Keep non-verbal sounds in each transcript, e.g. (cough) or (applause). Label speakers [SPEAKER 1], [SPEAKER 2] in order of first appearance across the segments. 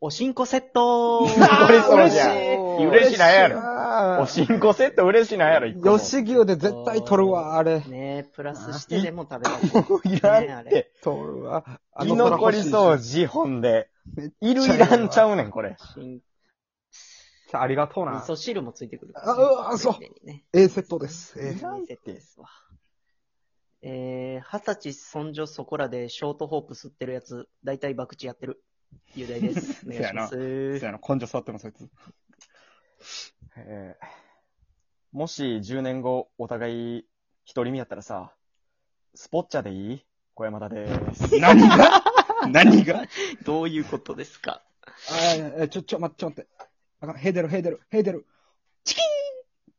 [SPEAKER 1] おしんこセット
[SPEAKER 2] (laughs)
[SPEAKER 3] ー
[SPEAKER 4] 嬉しそうじゃん
[SPEAKER 3] 嬉しい
[SPEAKER 4] 嬉しないやろ。
[SPEAKER 3] ろ
[SPEAKER 4] おしんこセット嬉しないやろ、一個も。
[SPEAKER 3] 吉牛で絶対取るわ、あれ。
[SPEAKER 1] ねえ、プラスしてでも食
[SPEAKER 3] (laughs)
[SPEAKER 1] べたい。
[SPEAKER 4] いらんって。
[SPEAKER 3] 取るわ。あ
[SPEAKER 4] 居残り
[SPEAKER 3] う。
[SPEAKER 4] そう、自本で。いる
[SPEAKER 3] ちゃ
[SPEAKER 4] いらんちゃうねん、これ。
[SPEAKER 1] しん
[SPEAKER 2] ありがとう
[SPEAKER 1] 味
[SPEAKER 2] な。
[SPEAKER 1] 噌汁もついてくるから。
[SPEAKER 3] あうわそう
[SPEAKER 1] ついてね
[SPEAKER 3] A セットです。え
[SPEAKER 1] いらんってですわ。えー、二十歳そんじょそこらでショートホープ吸ってるやつ、大体博打やってる。雄大です。お願いしま
[SPEAKER 4] そう
[SPEAKER 1] す。
[SPEAKER 4] やな、根性座ってもそいつ。えーもし10年後、お互い、一人身やったらさ、スポッチャでいい小山田でーす。
[SPEAKER 5] 何が何が
[SPEAKER 1] どういうことですか
[SPEAKER 3] ーえちょ、ちょ、待って、ちょ、待って。あかん、ヘーデル、ヘーデル、ヘーデル。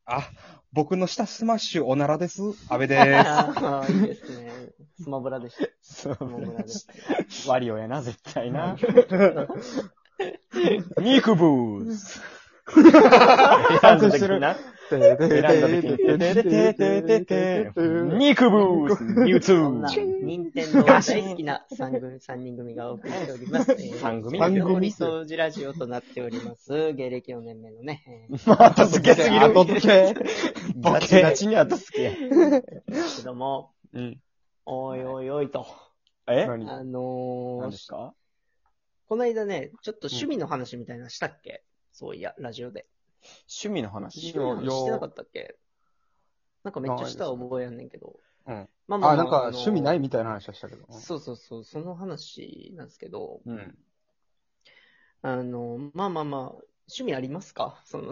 [SPEAKER 5] あ、僕の下スマッシュおならです。安倍です。
[SPEAKER 1] ああ、いいですね。スマブラでした。
[SPEAKER 4] そう
[SPEAKER 1] スマブラでした。
[SPEAKER 4] ワリオやな、絶対な。ミクブー (laughs) ス選んだ時な。選んだ時に。ミクブースミュウツ
[SPEAKER 1] そんな、
[SPEAKER 4] ー
[SPEAKER 1] 任天堂が大好きな3組三人組がお送りしており
[SPEAKER 2] (laughs)
[SPEAKER 1] ます。
[SPEAKER 4] 三組
[SPEAKER 1] 三組掃除ラジオとなっております。芸歴4年目のね。えー
[SPEAKER 4] またすげすぎる。
[SPEAKER 2] 後付け。
[SPEAKER 4] ガチガチに後付け。
[SPEAKER 1] ですけども、
[SPEAKER 4] うん
[SPEAKER 1] おいおいおいと。
[SPEAKER 4] え
[SPEAKER 2] 何
[SPEAKER 1] あの
[SPEAKER 4] 何
[SPEAKER 1] ー
[SPEAKER 4] ですか
[SPEAKER 1] この間ね、ちょっと趣味の話みたいなのしたっけ、そういや、ラジオで。
[SPEAKER 4] 趣味の
[SPEAKER 1] 趣
[SPEAKER 4] 話。
[SPEAKER 1] 味の話してなかったっけなんかめっちゃした覚えやんねんけど。
[SPEAKER 2] うん。
[SPEAKER 1] まあまあ、
[SPEAKER 2] あ、なんか趣味ないいみたいな話はしたけど。
[SPEAKER 1] そうそうそう、その話なんですけど、
[SPEAKER 4] うん。
[SPEAKER 1] あの、まあまあまあ、趣味ありますかその、 (laughs)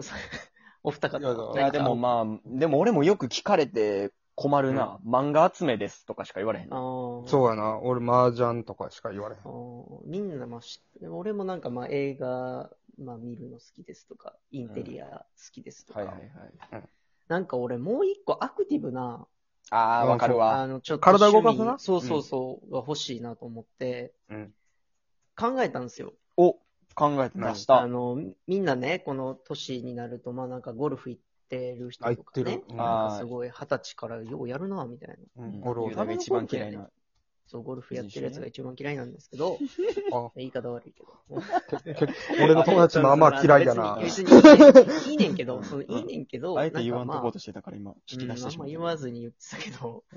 [SPEAKER 1] お二方。
[SPEAKER 2] いやいや
[SPEAKER 4] いや、でも
[SPEAKER 1] なんか、
[SPEAKER 4] まあ、でも俺もよく聞かれて困るな。漫画集めですとかしか言われへんな。
[SPEAKER 1] ああ。
[SPEAKER 2] そうやな。俺、麻雀とかしか言われへん。
[SPEAKER 1] あーみんな、まあ、し俺もなんか、まあ、映画、まあ、見るの好きですとか、インテリア好きですとか、
[SPEAKER 4] はいはいはい。
[SPEAKER 1] なんか俺、もう一個アクティブな、
[SPEAKER 4] あー、わかるわ。
[SPEAKER 1] あの、ちょっと
[SPEAKER 2] 体動かすな
[SPEAKER 1] 趣味そうそうそう、が欲しいなと思って、
[SPEAKER 2] うん
[SPEAKER 1] 考えたんですよ。
[SPEAKER 4] お、考えてまし
[SPEAKER 1] あ
[SPEAKER 4] た。
[SPEAKER 1] の、みんなね、この年になると、まあなんかゴルフ行ってる人とか
[SPEAKER 2] あ行
[SPEAKER 1] ね
[SPEAKER 2] って、る
[SPEAKER 1] なん
[SPEAKER 4] あ
[SPEAKER 1] か
[SPEAKER 4] ー
[SPEAKER 1] すごい二十歳からようやるな、みたいな。
[SPEAKER 2] うん、
[SPEAKER 4] ゴ
[SPEAKER 2] 俺
[SPEAKER 4] ル
[SPEAKER 2] は
[SPEAKER 4] フが一番嫌いな。
[SPEAKER 1] そう、ゴルフやってるやつが一番嫌いなんですけど、
[SPEAKER 2] あ
[SPEAKER 1] 言い方悪いけ
[SPEAKER 4] (laughs)
[SPEAKER 1] ど。
[SPEAKER 2] 俺の友達まあまあ嫌いやな。
[SPEAKER 1] 別に別にいいねんいいねんけど、そのいいねんけど、
[SPEAKER 4] あえて言わん
[SPEAKER 1] な
[SPEAKER 4] と
[SPEAKER 1] んかま
[SPEAKER 4] こ
[SPEAKER 1] あ
[SPEAKER 4] うとしてたから今、聞
[SPEAKER 1] う
[SPEAKER 4] き
[SPEAKER 1] ん、
[SPEAKER 4] 出
[SPEAKER 1] あ
[SPEAKER 4] してし
[SPEAKER 1] ん
[SPEAKER 4] ま
[SPEAKER 1] ま
[SPEAKER 4] っ
[SPEAKER 1] 言わずに言ってたけ
[SPEAKER 4] (laughs)
[SPEAKER 1] ど、
[SPEAKER 2] う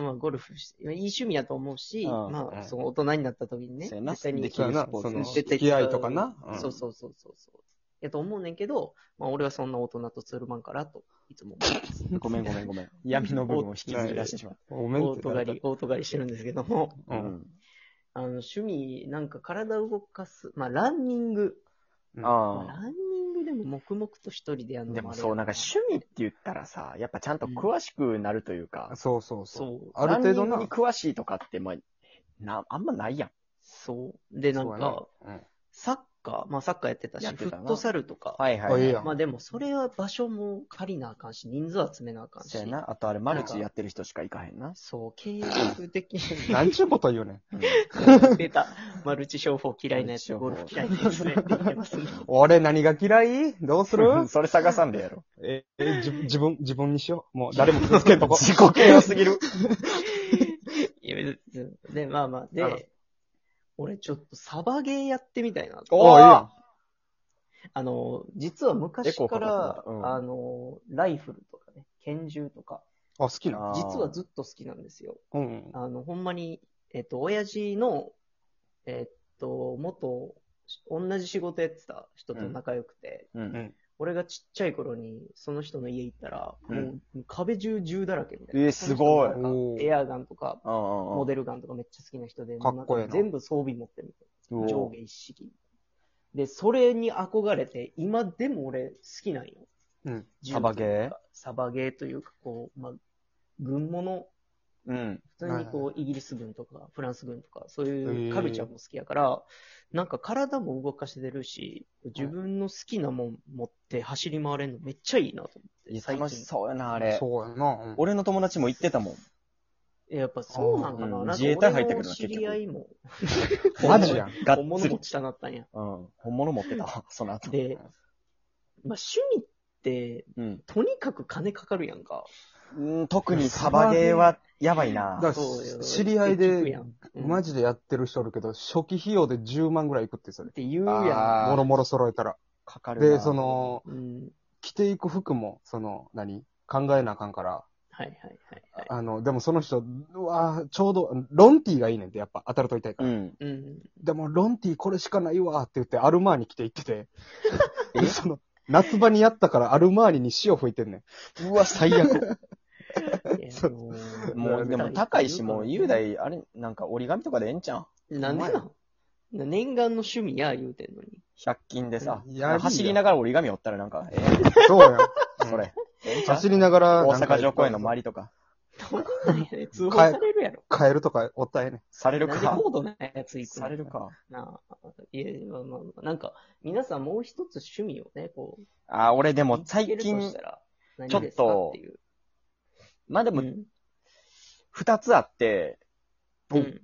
[SPEAKER 2] ん。
[SPEAKER 1] まあゴルフし、いい趣味やと思うし、
[SPEAKER 4] うん
[SPEAKER 1] ま
[SPEAKER 2] う
[SPEAKER 1] あ、
[SPEAKER 2] ん
[SPEAKER 1] その大人になった時にね、
[SPEAKER 4] そうやな
[SPEAKER 1] 絶対に
[SPEAKER 4] でき
[SPEAKER 2] (laughs) そうやな、
[SPEAKER 4] スポ
[SPEAKER 2] その、
[SPEAKER 4] ーツ
[SPEAKER 2] 付き合いとかな。ん
[SPEAKER 1] そうそうそうそうそう。やと思うねんけど、まあ俺はそんな大人とツールマンからと、いつも思って
[SPEAKER 4] (laughs)
[SPEAKER 1] ます。
[SPEAKER 4] ごめんごめんごめん。闇の部分を引きずり出してしまう。
[SPEAKER 2] ごめん
[SPEAKER 1] オ
[SPEAKER 2] って
[SPEAKER 1] ート
[SPEAKER 2] 誰
[SPEAKER 1] 狩
[SPEAKER 2] だ
[SPEAKER 1] り、オート狩りしてるんですけど
[SPEAKER 4] (laughs)
[SPEAKER 1] も、
[SPEAKER 2] う。
[SPEAKER 4] うんん
[SPEAKER 1] あの、趣味、なんか体を動かす、まあランニング。まあ
[SPEAKER 4] ああ。
[SPEAKER 1] ランニングでも黙々と一人でやるの
[SPEAKER 4] で
[SPEAKER 1] あ
[SPEAKER 4] も
[SPEAKER 1] れ
[SPEAKER 4] そう、なんか趣味って言ったらさ、やっぱちゃんと詳しくなるというか、
[SPEAKER 2] そうそうそう。
[SPEAKER 1] そう、
[SPEAKER 2] ある程度
[SPEAKER 4] ランニン
[SPEAKER 2] な
[SPEAKER 4] グに。詳しいとかって、まあ、な、あんまないやん。
[SPEAKER 1] そう。で、なんか、
[SPEAKER 2] そうやな
[SPEAKER 1] サッカー、まあサッカーやってたし、
[SPEAKER 4] やって
[SPEAKER 1] フ
[SPEAKER 4] たな
[SPEAKER 1] ットサルとか。
[SPEAKER 4] はいはい
[SPEAKER 2] あ、
[SPEAKER 4] はい。
[SPEAKER 2] いいやん。
[SPEAKER 1] まあでも、それは場所も借りなあかんし、人数集めなあかんし。
[SPEAKER 4] そうやな。あとあれ、マルチやってる人しか行かへんな。
[SPEAKER 1] そう、継続的に。
[SPEAKER 2] なんちゅうこと言うね (laughs)
[SPEAKER 1] (laughs)
[SPEAKER 2] ん。
[SPEAKER 1] 出た。マルチ商法嫌いなやつ、ゴルフ嫌いなやつね。言ってますね。
[SPEAKER 2] 俺何が嫌いどうする
[SPEAKER 4] (laughs) それ探さんで (laughs) やろ。
[SPEAKER 2] え、え、自分自分、自分にしよ (laughs) う。もう誰も傷つけんとこ。
[SPEAKER 4] (laughs) 自己嫌悪すぎ (laughs) る。
[SPEAKER 1] いや別にで、まあまあ、
[SPEAKER 2] あら
[SPEAKER 1] で、俺ちょっとサバゲーやってみたいな。
[SPEAKER 2] おーいいやん。
[SPEAKER 1] あの、実は昔か
[SPEAKER 4] エコー
[SPEAKER 1] ら
[SPEAKER 4] かかっ、たうん
[SPEAKER 1] あの、ライフルとかね、拳銃とか、
[SPEAKER 2] あ、好きな。
[SPEAKER 1] 実はずっと好きなんですよ。
[SPEAKER 2] うん。
[SPEAKER 1] あの、ほんまに、えっと、親父の、えっと、元、同じ仕事やってた人と仲良くて、
[SPEAKER 4] うん
[SPEAKER 2] うん
[SPEAKER 1] 俺がちっちゃい頃に、その人の家行ったら、
[SPEAKER 4] うん
[SPEAKER 1] もう壁中銃だらけみたいな。
[SPEAKER 4] えーすごい
[SPEAKER 1] その人なんか
[SPEAKER 2] おー
[SPEAKER 1] エアガンとか、モ
[SPEAKER 4] モ
[SPEAKER 1] デルガンとかめっちゃ好きな人で、
[SPEAKER 2] かっこええ
[SPEAKER 1] もうな
[SPEAKER 2] な
[SPEAKER 1] んか全部装備持ってるみたい
[SPEAKER 4] ル
[SPEAKER 1] な。上下一式。で、それに憧れて、今でも俺好きなんよ。
[SPEAKER 2] うん
[SPEAKER 1] 銃
[SPEAKER 4] サバゲ
[SPEAKER 1] と
[SPEAKER 4] ー
[SPEAKER 1] いうかサバゲーというか、こう、まあ、軍物
[SPEAKER 4] うん。
[SPEAKER 1] 普通にこう、イギリス軍とか、フランス軍とか、そういうカルチャーも好きやから、なんか体も動かしてるし、自分の好きなもん持って走り回れるのめっちゃいいなと思っ
[SPEAKER 4] い
[SPEAKER 1] て、
[SPEAKER 4] や
[SPEAKER 1] 最
[SPEAKER 4] 楽し
[SPEAKER 1] 近。
[SPEAKER 4] そうやな、あれ。
[SPEAKER 2] そうやな。うん
[SPEAKER 4] 俺の友達も行ってたもん。
[SPEAKER 1] えやっぱそうなんかな。
[SPEAKER 4] うん
[SPEAKER 1] なんか
[SPEAKER 4] 自衛隊入った
[SPEAKER 1] 俺の
[SPEAKER 4] けどな
[SPEAKER 1] 知り合いも、
[SPEAKER 2] マジやん。
[SPEAKER 4] がっ
[SPEAKER 1] 本物
[SPEAKER 4] つり
[SPEAKER 1] 持。ちたなったんや。
[SPEAKER 4] うん。本物持ってたわ、その後。
[SPEAKER 1] で、まあ趣味って、
[SPEAKER 4] うん。
[SPEAKER 1] とにかく金かかるやんか。
[SPEAKER 4] うん特にサバゲーはやばいな。
[SPEAKER 2] だか
[SPEAKER 1] そうよ
[SPEAKER 2] ら、知り合い
[SPEAKER 1] 結局
[SPEAKER 2] で
[SPEAKER 1] や、んうん
[SPEAKER 2] マジでやってる人おるけど、初期費用で10万ぐらいいくってそれ
[SPEAKER 1] っ。て言う
[SPEAKER 5] あ
[SPEAKER 1] や
[SPEAKER 5] ー
[SPEAKER 2] もろもろ揃えたら。
[SPEAKER 4] かかるな。
[SPEAKER 2] で、そ、の、
[SPEAKER 1] ん。うん。
[SPEAKER 2] 着ていく服も、その、何考えなあかんから。
[SPEAKER 1] はいはいはいはい。
[SPEAKER 2] あの、でもその人、うわーちょうど、ロンティーがいいねんって、やっぱ当たると痛いか
[SPEAKER 4] う
[SPEAKER 2] ら。
[SPEAKER 4] ん。
[SPEAKER 1] うん。
[SPEAKER 2] でも、ロンティーこれしかないわーって言って、アルマーニ着て行ってて。でその、夏場にやったからアルマーニに塩吹いてんねん。
[SPEAKER 4] うわ、最悪。
[SPEAKER 1] い
[SPEAKER 4] (laughs)
[SPEAKER 1] や
[SPEAKER 2] そう
[SPEAKER 1] も
[SPEAKER 4] もう、でも高いし、もう、雄。大、あれ、なんか折り紙とかでええんちゃん
[SPEAKER 1] なんでなん念願の趣味や言うてんのに。
[SPEAKER 4] ?100 均でさ、
[SPEAKER 2] やりや
[SPEAKER 4] 走りながら折り紙折ったらなんか、え
[SPEAKER 2] そうやん。
[SPEAKER 4] えそれ。ええんちゃう
[SPEAKER 2] 走りながら、
[SPEAKER 4] 大阪城公園の周りとか、
[SPEAKER 1] どうなんやねん (laughs) 通報されるやろ。
[SPEAKER 2] り。カエルとかおったらええねん。
[SPEAKER 4] され
[SPEAKER 1] なん
[SPEAKER 4] る
[SPEAKER 1] で
[SPEAKER 4] か。
[SPEAKER 1] 高度なやつ行くの
[SPEAKER 4] される。か。
[SPEAKER 1] なあ。いや、まあまあまあ、なんか、皆さんもう一つ趣味をね、こう。
[SPEAKER 4] あ、俺でも
[SPEAKER 1] 見つけ
[SPEAKER 4] 最
[SPEAKER 1] ると
[SPEAKER 4] 近
[SPEAKER 1] した、ら何
[SPEAKER 4] ちょっと
[SPEAKER 1] ですかっていう。
[SPEAKER 4] まあでも
[SPEAKER 1] うん
[SPEAKER 4] 2つあって、
[SPEAKER 1] うん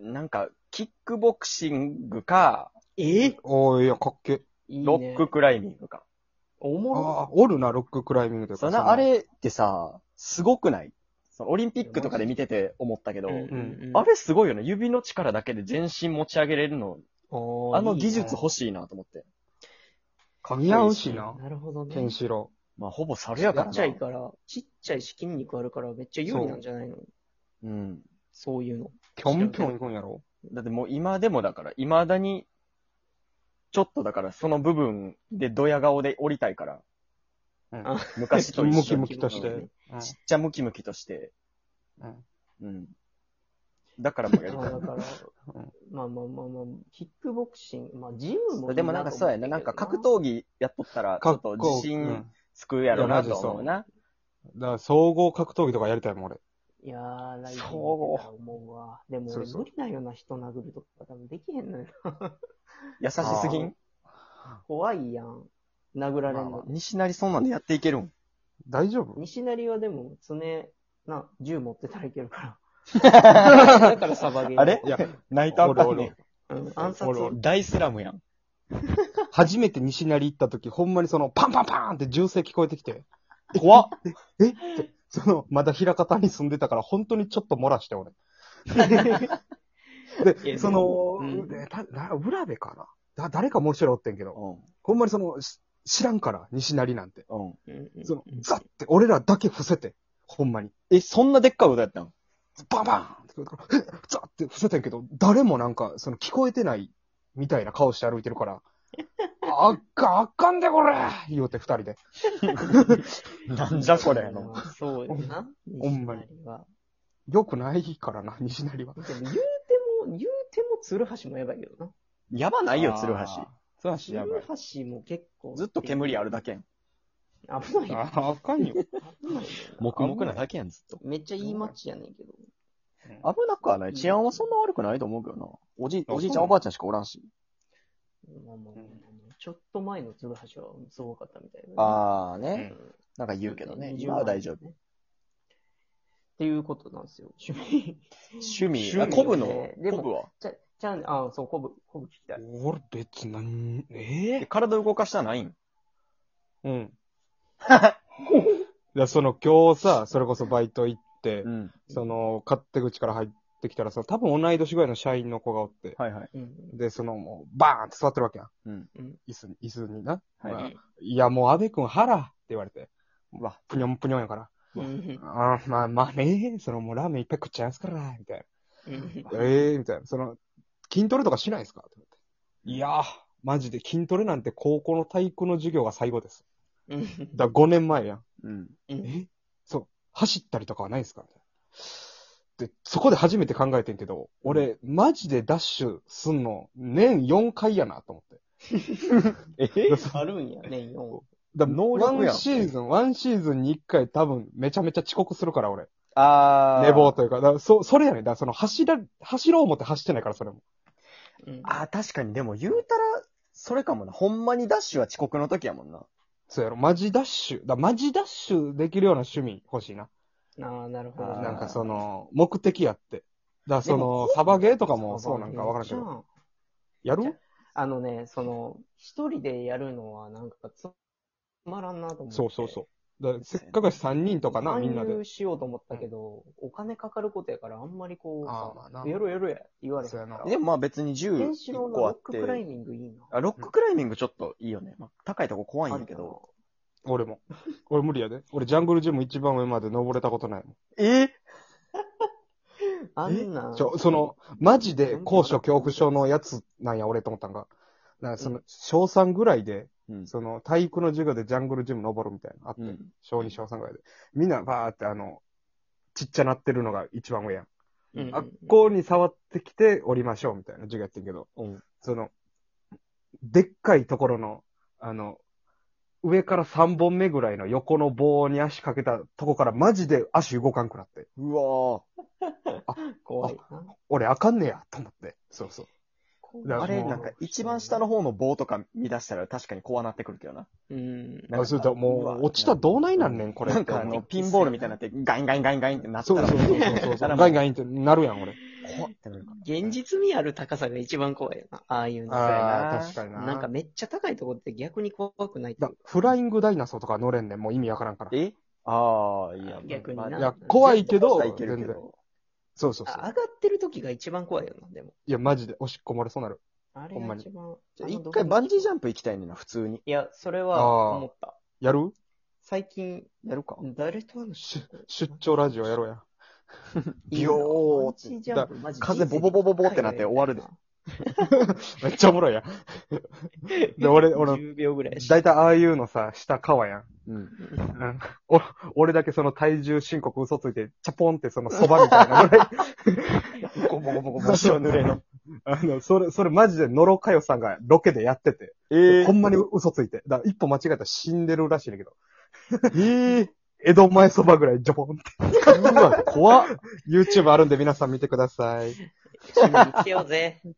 [SPEAKER 4] なんか、キックボクシングか、
[SPEAKER 1] え
[SPEAKER 2] おーいや、かっけ。
[SPEAKER 1] いいね
[SPEAKER 4] ロッククライミングか。
[SPEAKER 1] おもろ。
[SPEAKER 2] ああ、おるな、ロッククライミングというか。
[SPEAKER 4] そ
[SPEAKER 2] の
[SPEAKER 4] のあ、れってさ、すごくないそのオリンピックとかで見てて思ったけど、あれすごいよね。指の力だけで全身持ち上げれるの、あ
[SPEAKER 1] あ
[SPEAKER 4] の技術欲しいなと思って。
[SPEAKER 2] 似合うしな、
[SPEAKER 1] なるほどね。
[SPEAKER 2] ケン
[SPEAKER 1] ち
[SPEAKER 2] シロ
[SPEAKER 4] まあ、ほぼ猿やから
[SPEAKER 1] っちゃ
[SPEAKER 4] な。
[SPEAKER 1] いから、ちっちゃいし筋肉あるからめっちゃ有利なんじゃないの
[SPEAKER 4] うん。
[SPEAKER 1] そういうの。
[SPEAKER 2] ウ。ぴょんぴょん行くんやろ
[SPEAKER 4] だってもう今でもだから、未だに、ちょっとだからその部分でドヤ顔で降りたいから、
[SPEAKER 2] うん
[SPEAKER 1] あ
[SPEAKER 4] 昔 (laughs) と一緒に。
[SPEAKER 1] (laughs)
[SPEAKER 2] ムキムキとして。
[SPEAKER 1] うん
[SPEAKER 2] うん
[SPEAKER 4] ちっちゃムキムキとして。
[SPEAKER 2] うん
[SPEAKER 4] うん。だからもうやり
[SPEAKER 1] まあ
[SPEAKER 4] たい
[SPEAKER 1] だ。から
[SPEAKER 2] うん、
[SPEAKER 1] まあまあまあまあ、キックボクシング、まあジムもいいと思ってるけど。
[SPEAKER 4] でもなんかそうやな、なんか格闘技やっとったら、ちょっと自
[SPEAKER 2] う
[SPEAKER 4] 信
[SPEAKER 2] ん
[SPEAKER 4] つくやろうなと思うな。
[SPEAKER 2] だから、総合格闘技とかやりたいもん、俺。
[SPEAKER 1] いやー、ライブ見てたら思うわ。でも
[SPEAKER 2] そ
[SPEAKER 1] 俺
[SPEAKER 2] うそう
[SPEAKER 1] 無理だよな、人殴るとか多分できへんのよ (laughs) な。
[SPEAKER 4] 優しすぎん
[SPEAKER 1] 怖いやん。殴られるの。
[SPEAKER 4] 西成そんなんでやっていける (laughs) ん
[SPEAKER 2] 大丈夫
[SPEAKER 1] 西成はでも、常、な、銃持ってたらいける
[SPEAKER 4] (laughs)
[SPEAKER 1] から。だからサバゲー。
[SPEAKER 4] あれ
[SPEAKER 2] いや、
[SPEAKER 4] 泣いた
[SPEAKER 2] 俺
[SPEAKER 4] あかん
[SPEAKER 2] 俺
[SPEAKER 4] ね
[SPEAKER 1] うん、暗殺。
[SPEAKER 2] 俺
[SPEAKER 1] う
[SPEAKER 4] 大スラムやん。
[SPEAKER 2] 初めて西成行った時、ほんまにその、パンパンパーンって銃声聞こえてきて、
[SPEAKER 4] 怖っ。
[SPEAKER 2] えって、その、まだ枚方に住んでたから、本当にちょっと漏らして、俺。
[SPEAKER 1] (laughs) いや
[SPEAKER 2] で、その、
[SPEAKER 1] うん
[SPEAKER 2] えたな浦部かなだ誰かもちろんおってんけど、
[SPEAKER 4] うん。
[SPEAKER 2] ほんまにその、し知らんから、西成なんて。
[SPEAKER 4] うん。
[SPEAKER 1] ん
[SPEAKER 4] (laughs)
[SPEAKER 1] うん
[SPEAKER 2] その、ザッて、俺らだけ伏せて、ほんまに。
[SPEAKER 4] え、そんなでっかい音やったん
[SPEAKER 2] バンバンって聞こえたから、えザッて伏せてんけど、誰もなんか、その聞こえてないみたいな顔して歩いて
[SPEAKER 1] (laughs)
[SPEAKER 2] るから、あっか、あっかんでこれ言うて二人で。
[SPEAKER 4] なんじゃこれ。 (laughs)
[SPEAKER 1] そうよな。
[SPEAKER 2] ほんまに
[SPEAKER 1] 西成は。
[SPEAKER 2] よくないからな、西成は。
[SPEAKER 1] でも言うても、言うても、鶴橋もやばいけどな。
[SPEAKER 4] やばないよ、鶴橋。
[SPEAKER 5] 橋。鶴橋
[SPEAKER 1] 鶴
[SPEAKER 5] やばい。
[SPEAKER 1] 橋も結構。
[SPEAKER 4] ずっと煙あるだ
[SPEAKER 1] け。
[SPEAKER 4] けやん。
[SPEAKER 1] 危ないよ。
[SPEAKER 5] ああ、あかんよ。
[SPEAKER 1] 危ないよな
[SPEAKER 4] 黙々なだけやん、ずっと。
[SPEAKER 1] めっちゃいい街やねんけど。
[SPEAKER 4] 危なくはない。治安はそんな悪くないと思うけどな。おじい、
[SPEAKER 5] あ
[SPEAKER 4] おじいち
[SPEAKER 5] そ
[SPEAKER 4] ゃ
[SPEAKER 5] うん
[SPEAKER 4] おばあちゃんしかおらんし。
[SPEAKER 1] まあまあまあまあちょっと前の鶴橋はすごかったみたいな。
[SPEAKER 4] あー
[SPEAKER 1] う
[SPEAKER 4] ね。
[SPEAKER 1] ん
[SPEAKER 4] なんか言うけどね。
[SPEAKER 1] 20
[SPEAKER 4] 今は大丈夫。
[SPEAKER 1] 万ね。っていうことなんですよ。趣味。
[SPEAKER 4] 趣味。
[SPEAKER 1] 趣味
[SPEAKER 4] あ、コブの
[SPEAKER 1] ね、でも
[SPEAKER 4] コブは。
[SPEAKER 1] ちゃ、ちゃん、あ、そう、こぶ、こぶ聞きたい。
[SPEAKER 2] 俺別何、え
[SPEAKER 4] え体動かしたないん
[SPEAKER 2] うん。 (laughs) いや、その今日さ、それこそバイト行って、
[SPEAKER 4] ん。
[SPEAKER 2] その、勝手口から入ってきたらさ、多分同い年ぐらいの社員の子がおって、
[SPEAKER 4] はいはい。
[SPEAKER 1] うん。
[SPEAKER 2] で、その、もう、バーンって座ってるわけやん。
[SPEAKER 4] うん。
[SPEAKER 2] 椅子に、椅子にな。
[SPEAKER 4] はい
[SPEAKER 2] まあいや、もう、安部君腹って言われて。
[SPEAKER 4] うわ。
[SPEAKER 2] ぷにょんぷにょんやから。
[SPEAKER 1] うん。
[SPEAKER 2] あーまあまあね、その、もうラーメンいっぱい食っちゃいますから、みたい
[SPEAKER 1] うん
[SPEAKER 2] な。ええみたいな。その、筋トレとかしないですかって言われていやー、マジで筋トレなんて高校の体育の授業が最後です。
[SPEAKER 1] うん
[SPEAKER 2] だから5年前やん。
[SPEAKER 4] うん。
[SPEAKER 1] うん
[SPEAKER 2] えそう、走ったりとかはないですかみたいなで、そこで初めて考えてんけど、俺、マジでダッシュすんの、年4回やな、と思って。
[SPEAKER 4] え
[SPEAKER 1] あるんやね、4。
[SPEAKER 2] だ
[SPEAKER 4] 能力やん
[SPEAKER 2] ワンシーズン、ワンシーズンに1回多分、めちゃめちゃ遅刻するから、俺。
[SPEAKER 4] あー。
[SPEAKER 2] 寝坊というか、だからそ、それやね。だからその、走ら、走ろう思って走ってないから、それも。
[SPEAKER 1] うん
[SPEAKER 4] あー、確かに。でも言うたら、それかもな。ほんまにダッシュは遅刻の時やもんな。
[SPEAKER 2] そうやろ。マジダッシュ。だマジダッシュできるような趣味欲しいな。
[SPEAKER 1] あー、なるほど。
[SPEAKER 4] あー
[SPEAKER 2] なんかその、目的やって。だからそ
[SPEAKER 4] で
[SPEAKER 2] の、サバゲーとかもそうなんかわからんけど。
[SPEAKER 1] ど。
[SPEAKER 2] や
[SPEAKER 1] じゃ
[SPEAKER 2] る
[SPEAKER 1] あのね、その、一人でやるのはなんかつまらんなと思って。
[SPEAKER 2] そうそうそう。だからせっかく3人とかな、みんな
[SPEAKER 1] 勧
[SPEAKER 2] で
[SPEAKER 1] 誘。しようと思ったけど、お金かかることやから、あんまりこう
[SPEAKER 2] あ
[SPEAKER 1] さ
[SPEAKER 2] ー、まあな
[SPEAKER 1] やろやろやって言われへん
[SPEAKER 2] そうやな
[SPEAKER 1] から。
[SPEAKER 4] でもまあ別に
[SPEAKER 1] ケ
[SPEAKER 4] 10
[SPEAKER 1] ンシロウ
[SPEAKER 4] 1
[SPEAKER 1] の
[SPEAKER 4] 個
[SPEAKER 1] ロ
[SPEAKER 4] あっ
[SPEAKER 1] ック
[SPEAKER 4] て
[SPEAKER 1] ク、ライミングいいな。
[SPEAKER 4] あロッククライミングちょっといいよね。まあ、高いとこ怖いんだけど。
[SPEAKER 2] 俺も。俺無理やで。俺ジャングルジム一番上まで登れたことないもん。
[SPEAKER 4] え
[SPEAKER 1] あんなん。
[SPEAKER 2] ちょ、その、マジで高所恐怖症のやつなんや、俺と思ったんが。なんかその、小3ぐらいで、
[SPEAKER 4] うん。
[SPEAKER 2] その、体育の授業でジャングルジム登るみたいなのあって、
[SPEAKER 4] うん
[SPEAKER 2] 小2、小3ぐらいで。みんなバーってあの、ちっちゃなってるのが一番上やん。
[SPEAKER 1] うん、うん
[SPEAKER 2] あっこうに触ってきて降りましょうみたいな授業やってんけど、
[SPEAKER 4] うん
[SPEAKER 2] その、でっかいところの、あの、上から3本目ぐらいの横の棒に足かけたとこからマジで足動かんくなって、
[SPEAKER 4] うわ
[SPEAKER 1] 怖いな。
[SPEAKER 2] 俺あかんねや、と思って。そうそう。
[SPEAKER 1] 怖い
[SPEAKER 2] だ
[SPEAKER 4] ー
[SPEAKER 2] か
[SPEAKER 4] あ
[SPEAKER 2] ら
[SPEAKER 4] れ、
[SPEAKER 2] もう
[SPEAKER 4] なんか一番下の方の棒とか見出したら確かに怖なってくるけどな。
[SPEAKER 1] うん。
[SPEAKER 4] なんか
[SPEAKER 2] あそれと
[SPEAKER 4] うわ
[SPEAKER 2] もう、落ちたらどうないなんねん、これ。
[SPEAKER 4] なんかあの、ピンボールみたいになってガインガインガインガインってなった
[SPEAKER 2] そう
[SPEAKER 4] ら、
[SPEAKER 2] そうそう
[SPEAKER 4] も
[SPEAKER 2] そうそう。
[SPEAKER 4] (laughs) あらもう
[SPEAKER 2] ガイガイってなるやん、俺。
[SPEAKER 4] 怖ってなるから。
[SPEAKER 1] 現実味ある高さが一番怖いよな。ああいうの。
[SPEAKER 2] ああ、
[SPEAKER 4] そう
[SPEAKER 2] 確
[SPEAKER 4] やな
[SPEAKER 2] かにな。
[SPEAKER 1] なんかめっちゃ高いとこって逆に怖くないってい
[SPEAKER 2] だ
[SPEAKER 1] うか
[SPEAKER 2] フライングダイナソーとか乗れんねん、もう意味わからんから。
[SPEAKER 4] えああ、いや、
[SPEAKER 1] 逆に
[SPEAKER 4] まあ
[SPEAKER 1] ない
[SPEAKER 2] や、怖いけど、
[SPEAKER 4] 下行ける
[SPEAKER 2] 全
[SPEAKER 4] け
[SPEAKER 2] 然。
[SPEAKER 4] ど。
[SPEAKER 2] そうそうそ
[SPEAKER 1] あ上が
[SPEAKER 2] う。
[SPEAKER 1] ってる時が一番怖いよな、でも。
[SPEAKER 2] いや、マジで、おしっこ漏れそうなる。
[SPEAKER 1] あれ
[SPEAKER 2] ほん
[SPEAKER 1] が
[SPEAKER 2] まに
[SPEAKER 1] 一番。
[SPEAKER 4] じゃあ一回バンジージャ
[SPEAKER 1] ン
[SPEAKER 4] ンプ行きたいねんな、普通に。
[SPEAKER 1] いや、それは思った。
[SPEAKER 2] やる
[SPEAKER 1] 最近、
[SPEAKER 4] やるか。
[SPEAKER 1] 誰と話し
[SPEAKER 2] し出張ラジオやろうや。
[SPEAKER 1] いいな
[SPEAKER 4] ビヨー
[SPEAKER 1] バンジージャンプマジ
[SPEAKER 4] 風ボボボボボってなって終わ
[SPEAKER 1] (laughs)
[SPEAKER 4] るで。
[SPEAKER 2] めっちゃおもろいやん。で、俺、俺、
[SPEAKER 1] 10秒ぐらいやし (laughs)
[SPEAKER 2] だいたいああいうのさ、下川やん。
[SPEAKER 4] うん。
[SPEAKER 2] なんか、お、俺だけその体重申告嘘ついて、チャポンってそのそばみたいなぐらい。
[SPEAKER 4] ゴボゴボゴボ、塩濡れの。
[SPEAKER 2] あの、それ、それマジで野呂佳代さんがロケでやってて。
[SPEAKER 4] (laughs) え
[SPEAKER 2] ほんまに嘘ついて。だから一歩間違えたら死んでるらしいねんだけど。ええ (laughs) 江戸前そばぐらいジョポンって。うわ、怖っ。YouTube あるんで皆さん見てください。
[SPEAKER 1] 一緒に来ようぜ。